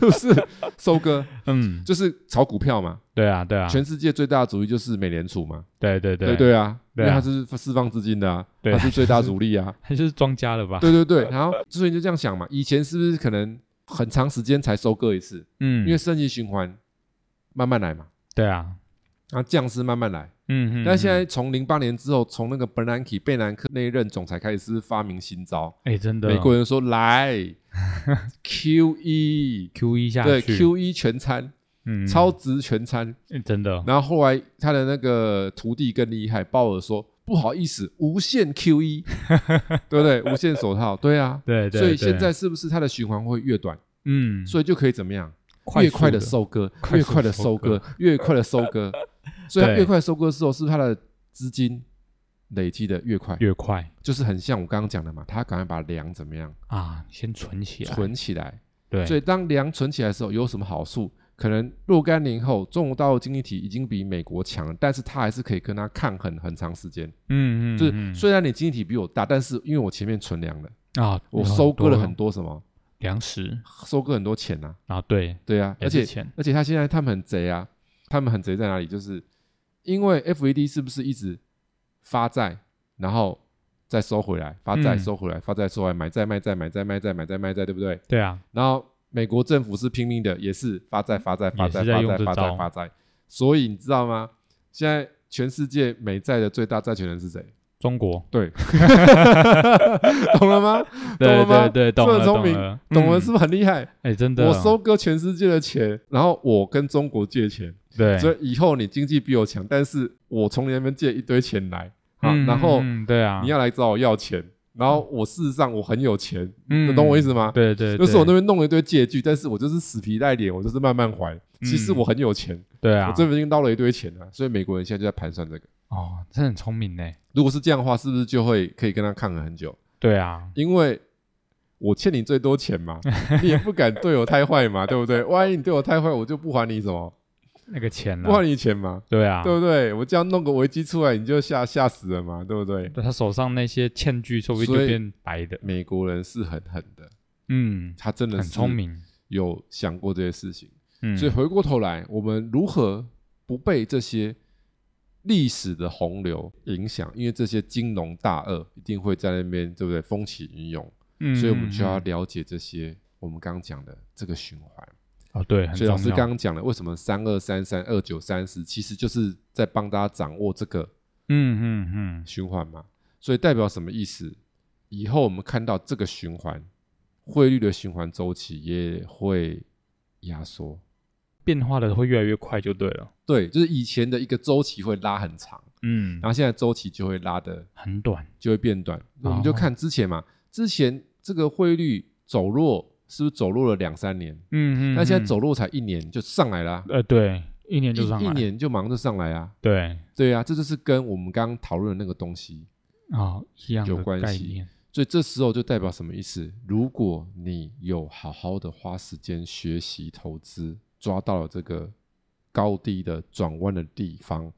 Speaker 2: 就是收割，
Speaker 1: 嗯
Speaker 2: 就是炒股票嘛。
Speaker 1: 对啊对啊，
Speaker 2: 全世界最大的主力就是美联储嘛，
Speaker 1: 对对
Speaker 2: 对不
Speaker 1: 对，
Speaker 2: 对啊，因
Speaker 1: 对啊
Speaker 2: 为它是释放资金的啊，
Speaker 1: 对
Speaker 2: 它是最大主 力啊。
Speaker 1: 他就是庄家了吧？
Speaker 2: 对对对，然后所以你就这样想嘛，以前是不是可能很长时间才收割一次？
Speaker 1: 嗯，
Speaker 2: 因为升级循环慢慢来嘛，
Speaker 1: 对啊，
Speaker 2: 然后降是慢慢来。
Speaker 1: 嗯嗯，
Speaker 2: 但
Speaker 1: 嗯
Speaker 2: 现在从零八年之后，从那个 Bernanke 贝南克那一任总裁开始，是不是发明新招？
Speaker 1: 哎真的
Speaker 2: 美国人说 来 Q E，
Speaker 1: Q 一下
Speaker 2: 对
Speaker 1: 去
Speaker 2: Q E 全餐，
Speaker 1: 嗯
Speaker 2: 超值全餐。
Speaker 1: 嗯真的
Speaker 2: 然后后来他的那个徒弟更厉害，鲍尔说不好意思，无限 Q E，对不对？无限手套，对啊。
Speaker 1: 对对，
Speaker 2: 所
Speaker 1: 对
Speaker 2: 以现在是不是它的循环会越短？
Speaker 1: 嗯，
Speaker 2: 所以就可以怎么样？
Speaker 1: 速
Speaker 2: 越快
Speaker 1: 的
Speaker 2: 的收割，
Speaker 1: 快
Speaker 2: 越
Speaker 1: 速
Speaker 2: 快的
Speaker 1: 收
Speaker 2: 收
Speaker 1: 割
Speaker 2: 割，越快的收 割。所以它
Speaker 1: 对
Speaker 2: 越快收割之后，是不是它的资金累积的越快？
Speaker 1: 越快
Speaker 2: 就是很像我刚刚讲的嘛，它赶快把粮怎么样
Speaker 1: 啊，先存起来，
Speaker 2: 存起来。
Speaker 1: 对，
Speaker 2: 所以当粮存起来的时候，有什么好处？可能若干年后，中国大陆经济体已经比美国强了，但是它还是可以跟它抗衡很长时间。
Speaker 1: 嗯嗯，
Speaker 2: 就是
Speaker 1: 嗯
Speaker 2: 虽然你经济体比我大，但是因为我前面存粮了，
Speaker 1: 啊，
Speaker 2: 我
Speaker 1: 有
Speaker 2: 收割了
Speaker 1: 多
Speaker 2: 很多什么，
Speaker 1: 粮食
Speaker 2: 收割很多钱呐、
Speaker 1: 啊，对，
Speaker 2: 对啊，
Speaker 1: 也
Speaker 2: 而
Speaker 1: 是
Speaker 2: 且
Speaker 1: 钱
Speaker 2: 而且他现在他们很贼啊，他们很贼在哪里？就是因为 FED 是不是一直发债，然后再收回来，发债
Speaker 1: 嗯
Speaker 2: 收回来，发债收回来，买债卖债买债卖债买债卖债，对不对？
Speaker 1: 对啊，
Speaker 2: 然后美国政府是拼命的，也是发债发债发
Speaker 1: 也
Speaker 2: 债
Speaker 1: 是在
Speaker 2: 发
Speaker 1: 用
Speaker 2: 债
Speaker 1: 这
Speaker 2: 发
Speaker 1: 招
Speaker 2: 债发债。所以你知道吗？现在全世界美债的最大债权人是谁？
Speaker 1: 中国，
Speaker 2: 对，懂了吗？懂
Speaker 1: 对
Speaker 2: 了吗
Speaker 1: 对对，懂
Speaker 2: 这么
Speaker 1: 了
Speaker 2: 聪
Speaker 1: 懂
Speaker 2: 明
Speaker 1: 了，
Speaker 2: 懂了
Speaker 1: 嗯
Speaker 2: 是不是很厉害？
Speaker 1: 哎，真的，
Speaker 2: 我收割全世界的钱，然后我跟中国借钱，
Speaker 1: 对，
Speaker 2: 所以以后你经济比我强，但是我从你那边借一堆钱来啊，
Speaker 1: 嗯
Speaker 2: 然后
Speaker 1: 嗯嗯对啊，
Speaker 2: 你要来找我要钱，然后我事实上我很有钱，
Speaker 1: 嗯，
Speaker 2: 你懂我意思吗？
Speaker 1: 对对，
Speaker 2: 就是
Speaker 1: 对
Speaker 2: 我那边弄了一堆借据，但是我就是死皮赖脸，我就是慢慢还。其实我很有钱，
Speaker 1: 嗯对啊，
Speaker 2: 我这边已经捞了一堆钱啊了，所以美国人现在就在盘算这个。
Speaker 1: 哦，真的很聪明呢，
Speaker 2: 如果是这样的话，是不是就会可以跟他抗衡很久？
Speaker 1: 对啊，
Speaker 2: 因为我欠你最多钱 嘛，你也不敢对我太坏嘛，对不对？万一你对我太坏，我就不还你什么，
Speaker 1: 那个钱呢
Speaker 2: 不？还你钱嘛，
Speaker 1: 对啊，
Speaker 2: 对不对？我这样弄个危机出来，你就吓吓死了嘛，对不对？
Speaker 1: 对他手上那些欠据，说不定
Speaker 2: 所
Speaker 1: 就
Speaker 2: 以
Speaker 1: 变白的，
Speaker 2: 美国人是很狠的，
Speaker 1: 嗯，
Speaker 2: 他真的
Speaker 1: 很
Speaker 2: 是
Speaker 1: 聪，明，
Speaker 2: 有想过这些事情。
Speaker 1: 嗯，
Speaker 2: 所以回过头来，我们如何不被这些历史的洪流影响？因为这些金融大鳄一定会在那边，对不对？风起云涌，
Speaker 1: 嗯
Speaker 2: 所以我们就要
Speaker 1: 嗯嗯
Speaker 2: 了解这些我们刚刚讲的这个循环。
Speaker 1: 哦，对，很
Speaker 2: 所以老师
Speaker 1: 重要
Speaker 2: 刚刚讲了，为什么三二三三二九三十，其实就是在帮大家掌握这个
Speaker 1: 嗯嗯嗯，
Speaker 2: 循环嘛。所以代表什么意思？以后我们看到这个循环，汇率的循环周期也会压缩。
Speaker 1: 变化的会越来越快就对了，
Speaker 2: 对，就是以前的一个周期会拉很长，
Speaker 1: 嗯
Speaker 2: 然，后现在周期就会拉的
Speaker 1: 很短，
Speaker 2: 就会变短。
Speaker 1: 哦
Speaker 2: 我们就看之前嘛，之前这个汇率走弱是不是走弱了两三年？
Speaker 1: 嗯嗯，
Speaker 2: 但现在
Speaker 1: 嗯
Speaker 2: 走弱才一年就上来啦、
Speaker 1: 呃，对，一年就上
Speaker 2: 一一
Speaker 1: 来，
Speaker 2: 年就马上就上来啊。
Speaker 1: 对
Speaker 2: 对啊，这就是跟我们刚刚讨论的那个东西。
Speaker 1: 啊，一样
Speaker 2: 有
Speaker 1: 的
Speaker 2: 关
Speaker 1: 概
Speaker 2: 系
Speaker 1: 念
Speaker 2: 所以这时候就代表什么意思？如果你有好好的花时间学习投资，抓到了这个高低的转弯的地方，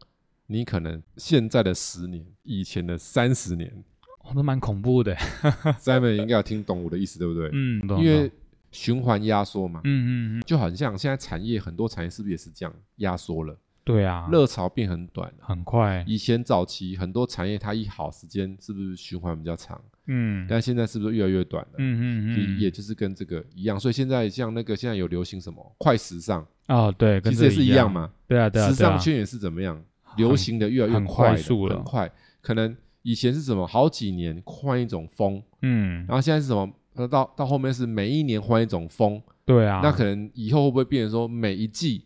Speaker 2: 你可能现在的十年，以前的三十年
Speaker 1: 哦，那蛮恐怖的。
Speaker 2: ，Simon 应该有听懂我的意思，对不对？
Speaker 1: 嗯，懂
Speaker 2: 因为
Speaker 1: 懂
Speaker 2: 循环压缩嘛，
Speaker 1: 嗯嗯嗯，
Speaker 2: 就很像现在产业很多产业是不是也是这样压缩了，
Speaker 1: 对啊，
Speaker 2: 热潮变很短了。
Speaker 1: 很快，
Speaker 2: 以前早期很多产业它一好时间是不是循环比较长？
Speaker 1: 嗯嗯
Speaker 2: 但现在是不是越来越短了？
Speaker 1: 嗯嗯，
Speaker 2: 也也就是跟这个一样，所以现在像那个现在有流行什么快时尚，
Speaker 1: 哦，对，
Speaker 2: 其
Speaker 1: 跟
Speaker 2: 实也
Speaker 1: 这
Speaker 2: 是一样
Speaker 1: 样，
Speaker 2: 嘛。
Speaker 1: 对啊对啊，
Speaker 2: 时
Speaker 1: 对啊
Speaker 2: 尚圈也是怎么样，流行的越来越
Speaker 1: 很
Speaker 2: 快的
Speaker 1: 快速了
Speaker 2: 很快。可能以前是什么好几年换一种风，
Speaker 1: 嗯，
Speaker 2: 然后现在是什么？呃，到到后面是每一年换一种风，
Speaker 1: 对啊，
Speaker 2: 那可能以后会不会变成说每一季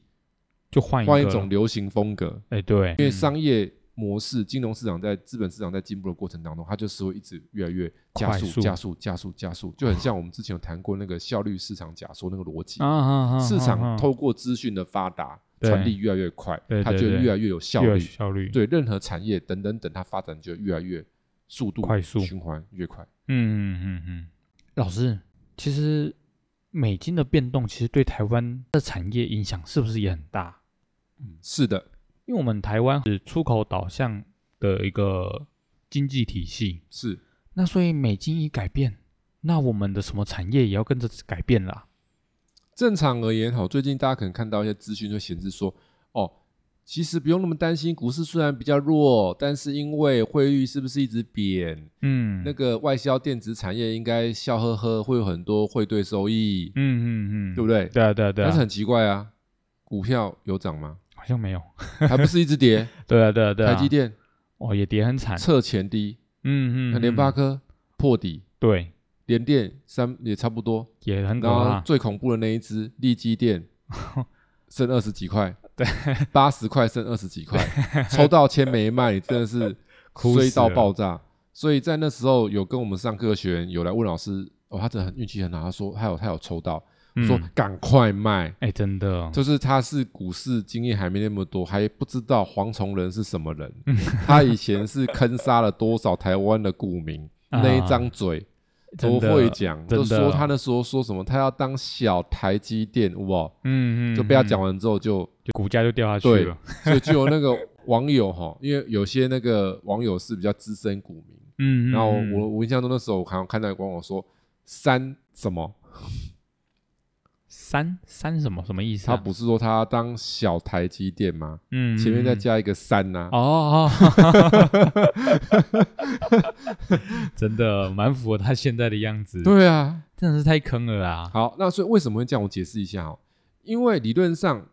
Speaker 1: 就换
Speaker 2: 换
Speaker 1: 一
Speaker 2: 一
Speaker 1: 个
Speaker 2: 种，流行风格？
Speaker 1: 哎，对，
Speaker 2: 因为商业模式、金融市场在资本市场在进步的过程当中，它就是会一直越来越加
Speaker 1: 快速
Speaker 2: 速、加速、加速、加速，就很像我们之前有谈过那个效率市场假说那个逻辑
Speaker 1: 啊，啊啊，
Speaker 2: 市
Speaker 1: 啊啊
Speaker 2: 场透过资讯的发达
Speaker 1: 对
Speaker 2: 传递越来越快
Speaker 1: 对对，
Speaker 2: 它就
Speaker 1: 对
Speaker 2: 越来越有效
Speaker 1: 越来越
Speaker 2: 率。
Speaker 1: 效率，，
Speaker 2: 对任何产业等等等，它发展就越来越速度
Speaker 1: 快速
Speaker 2: 循环越快。
Speaker 1: 嗯嗯嗯嗯，老师，其实美金的变动其实对台湾的产业影响是不是也很大？
Speaker 2: 嗯，是的，
Speaker 1: 因为我们台湾是出口导向的一个经济体系，
Speaker 2: 是
Speaker 1: 那所以美金一改变，那我们的什么产业也要跟着改变啦。
Speaker 2: 正常而言，好，最近大家可能看到一些资讯，就显示说，哦，其实不用那么担心，股市虽然比较弱，但是因为汇率是不是一直贬，
Speaker 1: 嗯
Speaker 2: 那
Speaker 1: 个，
Speaker 2: 个外销电子产业应该笑呵呵，会有很多汇兑收益，
Speaker 1: 嗯嗯嗯，
Speaker 2: 对不对？
Speaker 1: 对啊对啊对
Speaker 2: 但是
Speaker 1: 啊，
Speaker 2: 很奇怪啊，股票有涨吗？
Speaker 1: 好像没有。
Speaker 2: 还不是一直跌？
Speaker 1: 对啊对 啊对啊，
Speaker 2: 台积电
Speaker 1: 哦也跌很惨。
Speaker 2: 测前低，
Speaker 1: 嗯嗯，
Speaker 2: 那
Speaker 1: 嗯
Speaker 2: 联发科破底，
Speaker 1: 对
Speaker 2: 联电三也差不多，
Speaker 1: 也很可啊
Speaker 2: 然后
Speaker 1: 怕。
Speaker 2: 最恐怖的那一只利 基店剩二十几块，对，八十块剩二十几块，抽到签没卖，真的是
Speaker 1: 哭死
Speaker 2: 衰到
Speaker 1: 了
Speaker 2: 爆炸。所以在那时候有跟我们上课的学员有来问老师，哦，他真的很运气很好，他说他有他有抽到，
Speaker 1: 嗯
Speaker 2: 说赶快卖，
Speaker 1: 哎真的，
Speaker 2: 就是他是股市经验还没那么多，还不知道蝗虫人是什么人，
Speaker 1: 嗯
Speaker 2: 他以前是坑杀了多少台湾的股民，
Speaker 1: 啊
Speaker 2: 那一张嘴。
Speaker 1: 真
Speaker 2: 都
Speaker 1: 的
Speaker 2: 会讲，
Speaker 1: 真
Speaker 2: 都
Speaker 1: 的
Speaker 2: 说他那时候说什么，他要当小台积电，哇，
Speaker 1: 嗯嗯，
Speaker 2: 就被他
Speaker 1: 嗯
Speaker 2: 讲，完之后就，
Speaker 1: 就股价就掉下去
Speaker 2: 对
Speaker 1: 了。
Speaker 2: 所以就有那个网友哈， 因为有些那个网友是比较资深股民，
Speaker 1: 嗯，嗯
Speaker 2: 然后
Speaker 1: 嗯
Speaker 2: 我我印象中那时候我好像看到有网友说三什么，
Speaker 1: 三三什么什么意思
Speaker 2: 他
Speaker 1: 啊？
Speaker 2: 不是说他要当小台积电吗？
Speaker 1: 嗯，嗯
Speaker 2: 前面再
Speaker 1: 嗯
Speaker 2: 加一个三啊呐、
Speaker 1: 哦，真的蛮符合他现在的样子，
Speaker 2: 对啊，
Speaker 1: 真的是太坑了啊！
Speaker 2: 好，那所以为什么会这样？我解释一下哈，哦因为理论上，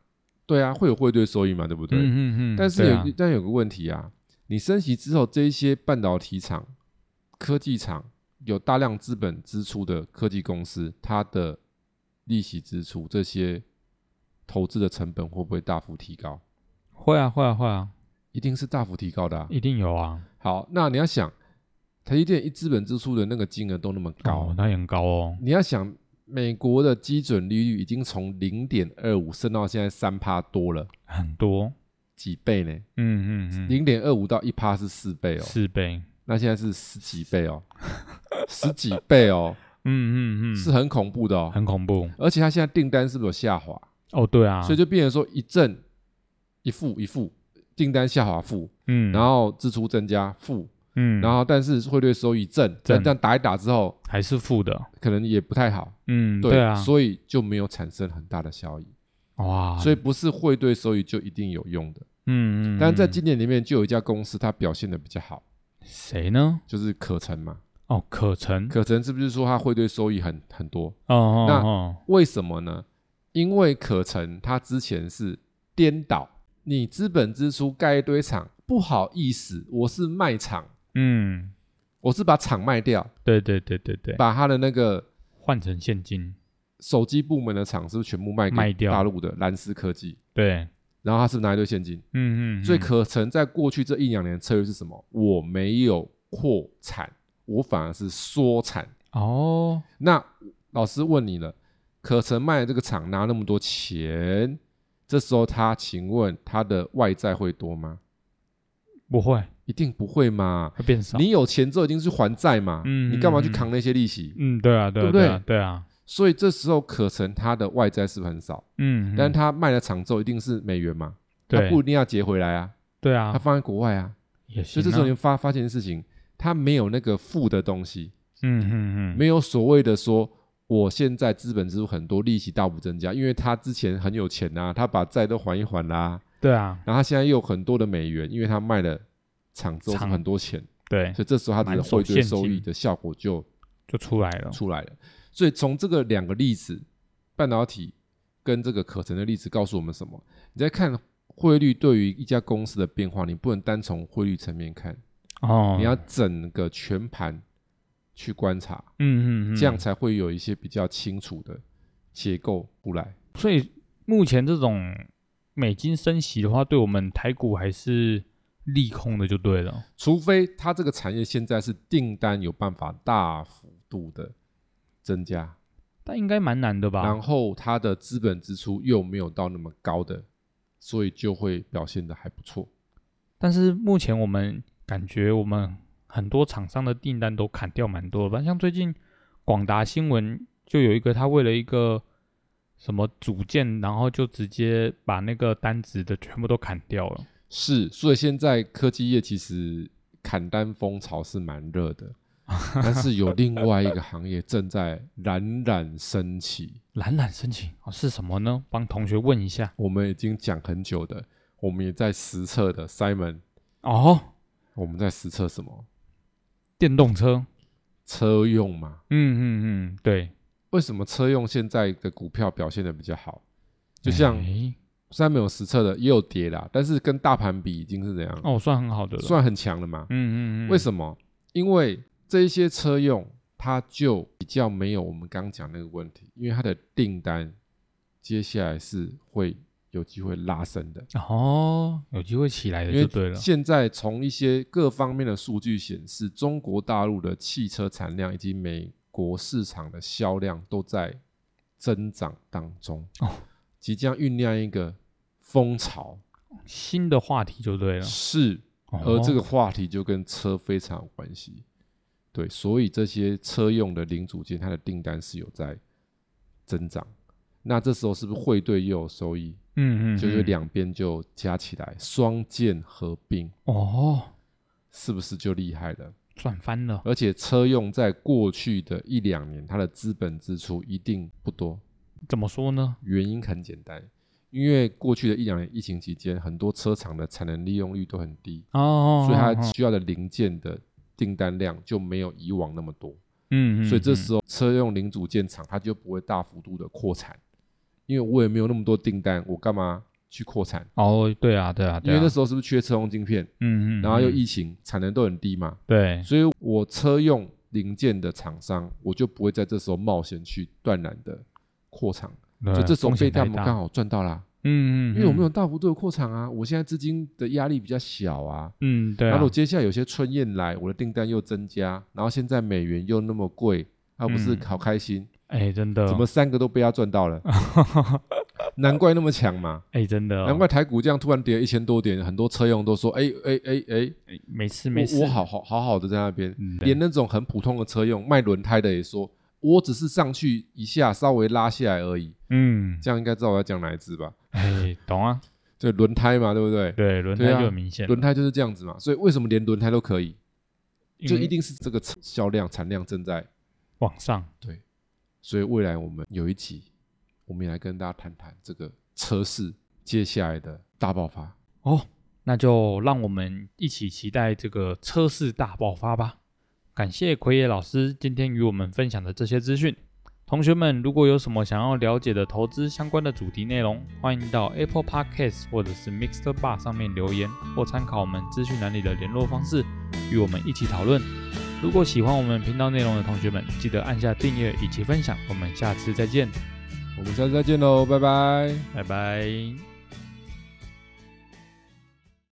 Speaker 2: 对啊，会有汇兑收益嘛，对不对？
Speaker 1: 嗯嗯嗯，
Speaker 2: 但是
Speaker 1: 对
Speaker 2: 有、
Speaker 1: 啊
Speaker 2: 但有个问题啊，你升息之后，这一些半导体厂、科技厂有大量资本支出的科技公司，它的利息支出这些投资的成本会不会大幅提高？
Speaker 1: 会啊会啊会啊，
Speaker 2: 一定是大幅提高的、啊。
Speaker 1: 一定有啊，
Speaker 2: 好，那你要想，台积电一资本支出的那个金额都那么高，
Speaker 1: 哦那也很高哦，
Speaker 2: 你要想。美国的基准利率已经从零点二五升到现在三趴多了，
Speaker 1: 很多，
Speaker 2: 几倍呢？
Speaker 1: 嗯嗯嗯，
Speaker 2: 零点二五到一趴是四倍哦，
Speaker 1: 四倍，
Speaker 2: 那现在是十几倍 哦，十几倍哦，
Speaker 1: 嗯嗯嗯，
Speaker 2: 是很恐怖的哦。
Speaker 1: 很恐怖
Speaker 2: 而且它现在订单是不是有下滑？
Speaker 1: 哦，对啊，
Speaker 2: 所以就变成说一正一负一负，订单下滑负，
Speaker 1: 嗯，
Speaker 2: 然后支出增加负，
Speaker 1: 嗯，
Speaker 2: 然后但是汇率收益正，但但打一打之后，
Speaker 1: 还是负的，
Speaker 2: 可能也不太好，
Speaker 1: 嗯，
Speaker 2: 对
Speaker 1: 啊，
Speaker 2: 所以就没有产生很大的效益。
Speaker 1: 哇，
Speaker 2: 所
Speaker 1: 以
Speaker 2: 以不是汇兑收益就一定有用的，
Speaker 1: 啊嗯嗯，
Speaker 2: 但是在
Speaker 1: 嗯
Speaker 2: 今年里面就有一家公司它表现的比较好，
Speaker 1: 谁呢？
Speaker 2: 就是可成嘛。
Speaker 1: 哦，可成，
Speaker 2: 可成是不是说它汇兑收益很很多？
Speaker 1: 哦哦
Speaker 2: 那
Speaker 1: 哦，
Speaker 2: 为什么呢？因为可成他之前是颠倒，你资本支出盖一堆厂，不好意思，我是卖厂，
Speaker 1: 嗯，
Speaker 2: 我是把厂卖掉，
Speaker 1: 对对对对对，
Speaker 2: 把他的那个
Speaker 1: 换成现金，
Speaker 2: 手机部门的厂是不是全部卖
Speaker 1: 卖
Speaker 2: 给
Speaker 1: 掉
Speaker 2: 大陆的蓝思科技？
Speaker 1: 对，
Speaker 2: 然后他是不是拿一堆现金？
Speaker 1: 嗯嗯，
Speaker 2: 所以
Speaker 1: 嗯
Speaker 2: 可成在过去这一两年的策略是什么？我没有扩产，我反而是缩产。
Speaker 1: 哦，
Speaker 2: 那老师问你了，可成卖这个厂拿那么多钱，这时候他请问他的外债会多吗？
Speaker 1: 不会，
Speaker 2: 一定不会嘛！
Speaker 1: 会变少。
Speaker 2: 你有钱之后一定是还债嘛，
Speaker 1: 嗯
Speaker 2: 你干嘛去
Speaker 1: 嗯嗯
Speaker 2: 扛那些利息？
Speaker 1: 嗯，对啊，对啊，
Speaker 2: 对不
Speaker 1: 对
Speaker 2: 对
Speaker 1: 啊，对啊，
Speaker 2: 所以这时候可成他的外债是不是很少？
Speaker 1: 嗯，
Speaker 2: 但
Speaker 1: 嗯
Speaker 2: 他卖了厂之后一定是美元嘛，他
Speaker 1: 对
Speaker 2: 不一定要结回来啊，
Speaker 1: 对
Speaker 2: 他
Speaker 1: 啊，
Speaker 2: 放在国外啊。
Speaker 1: 也行
Speaker 2: 所
Speaker 1: 啊。
Speaker 2: 以这时候你发发现一件事情，他没有那个负的东西，
Speaker 1: 嗯嗯嗯，
Speaker 2: 没有所谓的说我现在资本支出很多，利息大幅增加，因为他之前很有钱呐、他把债都还一还啦、
Speaker 1: 对啊，
Speaker 2: 然后他现在又有很多的美元，因为他卖了厂之后是
Speaker 1: 厂
Speaker 2: 很多钱，
Speaker 1: 对，
Speaker 2: 所以这时候他的
Speaker 1: 满手
Speaker 2: 汇兑
Speaker 1: 现
Speaker 2: 收益
Speaker 1: 金
Speaker 2: 的效果就
Speaker 1: 就出来了。
Speaker 2: 出来了。所以从这个两个例子，半导体跟这个可成的例子告诉我们什么？你在看汇率对于一家公司的变化，你不能单从汇率层面看，
Speaker 1: 哦，
Speaker 2: 你要整个全盘去观察，
Speaker 1: 嗯嗯嗯，
Speaker 2: 这样才会有一些比较清楚的结构出来。
Speaker 1: 所以目前这种美金升息的话，对我们台股还是利空的，就对了。
Speaker 2: 除非它这个产业现在是订单有办法大幅度的增加，
Speaker 1: 但应该蛮难的吧？
Speaker 2: 然后它的资本支出又没有到那么高的，所以就会表现的还不错。
Speaker 1: 但是目前我们感觉我们很多厂商的订单都砍掉蛮多了吧？像最近广达新闻就有一个，他为了一个什么组件，然后就直接把那个单子的全部都砍掉了。
Speaker 2: 是，所以现在科技业其实砍单风潮是蛮热 的，但是有另外一个行业正在冉冉升起。
Speaker 1: 懒懒申请哦是什么呢？帮同学问一下
Speaker 2: 我们已经讲很久的，我们也在实测的，Simon，
Speaker 1: 哦。
Speaker 2: 我们在实测什么？
Speaker 1: 电动车，
Speaker 2: 车用嘛？
Speaker 1: 嗯嗯嗯，对，
Speaker 2: 为什么车用现在的股票表现的比较好？就像
Speaker 1: 哎
Speaker 2: 虽然没有实测的，也有跌啦，但是跟大盘比已经是怎样，
Speaker 1: 哦，算很好的了。
Speaker 2: 算很强了嘛。
Speaker 1: 嗯嗯嗯，
Speaker 2: 为什么？因为这一些车用，它就比较没有我们刚讲那个问题，因为它的订单接下来是会有机会拉升的，
Speaker 1: 哦，有机会起来的
Speaker 2: 因
Speaker 1: 就对
Speaker 2: 为
Speaker 1: 了。
Speaker 2: 现在从一些各方面的数据显示，中国大陆的汽车产量以及美国市场的销量都在增长当中，
Speaker 1: 哦
Speaker 2: 即将酝酿一个风潮，
Speaker 1: 新的话题就对了。
Speaker 2: 是
Speaker 1: 哦
Speaker 2: 而这个话题就跟车非常有关系，对，所以这些车用的零组件，它的订单是有在增长。那这时候是不是汇兑又有收益？
Speaker 1: 嗯嗯，
Speaker 2: 就是
Speaker 1: 嗯
Speaker 2: 两边就加起来，双剑合并，
Speaker 1: 哦，
Speaker 2: 是不是就厉害了？
Speaker 1: 赚翻了。
Speaker 2: 而且车用在过去的一两年，它的资本支出一定不多，
Speaker 1: 怎么说呢？
Speaker 2: 原因很简单，因为过去的一两年疫情期间，很多车厂的产能利用率都很低，
Speaker 1: 哦，
Speaker 2: 所以它
Speaker 1: 哦
Speaker 2: 需要的零件的订单量就没有以往那么多，
Speaker 1: 嗯，嗯
Speaker 2: 所以这
Speaker 1: 嗯
Speaker 2: 时候车用零组件厂它就不会大幅度的扩产，因为我也没有那么多订单，我干嘛去扩产？
Speaker 1: 哦，对啊，对啊，
Speaker 2: 因
Speaker 1: 对啊
Speaker 2: 为那时候是不是缺车用晶片，
Speaker 1: 嗯嗯，
Speaker 2: 然后又
Speaker 1: 嗯
Speaker 2: 疫情，产能都很低嘛，
Speaker 1: 对，
Speaker 2: 所以我车用零件的厂商，我就不会在这时候冒险去断然的扩厂，就
Speaker 1: 对
Speaker 2: 这时候
Speaker 1: 风
Speaker 2: 被
Speaker 1: 险
Speaker 2: 他
Speaker 1: 太
Speaker 2: 们
Speaker 1: 大
Speaker 2: 刚好赚到啦，
Speaker 1: 嗯嗯，
Speaker 2: 因为我没有
Speaker 1: 嗯
Speaker 2: 大幅度的扩厂啊，我现在资金的压力比较小啊，
Speaker 1: 嗯对
Speaker 2: 然
Speaker 1: 啊
Speaker 2: 后，我接下来有些春燕来，我的订单又增加，然后现在美元又那么贵，啊，不是
Speaker 1: 嗯
Speaker 2: 好开心？
Speaker 1: 哎真的
Speaker 2: 怎么三个都被他赚 到了？难怪那么强嘛，
Speaker 1: 哎真的
Speaker 2: 难怪台股这样突然跌一千多点，很多车用都说，哎哎哎哎，
Speaker 1: 哎没事没
Speaker 2: 我
Speaker 1: 事
Speaker 2: 我好好好好的在那边，
Speaker 1: 嗯对
Speaker 2: 连那种很普通的车用卖轮胎的也说，我只是上去一下，稍微拉下来而已，
Speaker 1: 嗯
Speaker 2: 这样应该知道我要讲哪一只吧？
Speaker 1: 哎懂啊
Speaker 2: 对，轮胎嘛，对不对？
Speaker 1: 对轮胎
Speaker 2: 对啊
Speaker 1: 就很明显
Speaker 2: 轮胎就是这样子嘛，所以为什么连轮胎都可以？
Speaker 1: 因
Speaker 2: 就
Speaker 1: 为
Speaker 2: 一定是这个销量产量正在
Speaker 1: 往上
Speaker 2: 对，所以未来我们有一集，我们也来跟大家谈谈这个车市接下来的大爆发。
Speaker 1: 哦，那就让我们一起期待这个车市大爆发吧。感谢奎野老师今天与我们分享的这些资讯。同学们，如果有什么想要了解的投资相关的主题内容，欢迎到 Apple Podcast 或者是 Mixer Bar 上面留言，或参考我们资讯栏里的联络方式，与我们一起讨论。如果喜欢我们频道内容的同学们，记得按下订阅以及分享。我们下次再见，
Speaker 2: 我们下次再见喽，拜拜。
Speaker 1: 拜拜。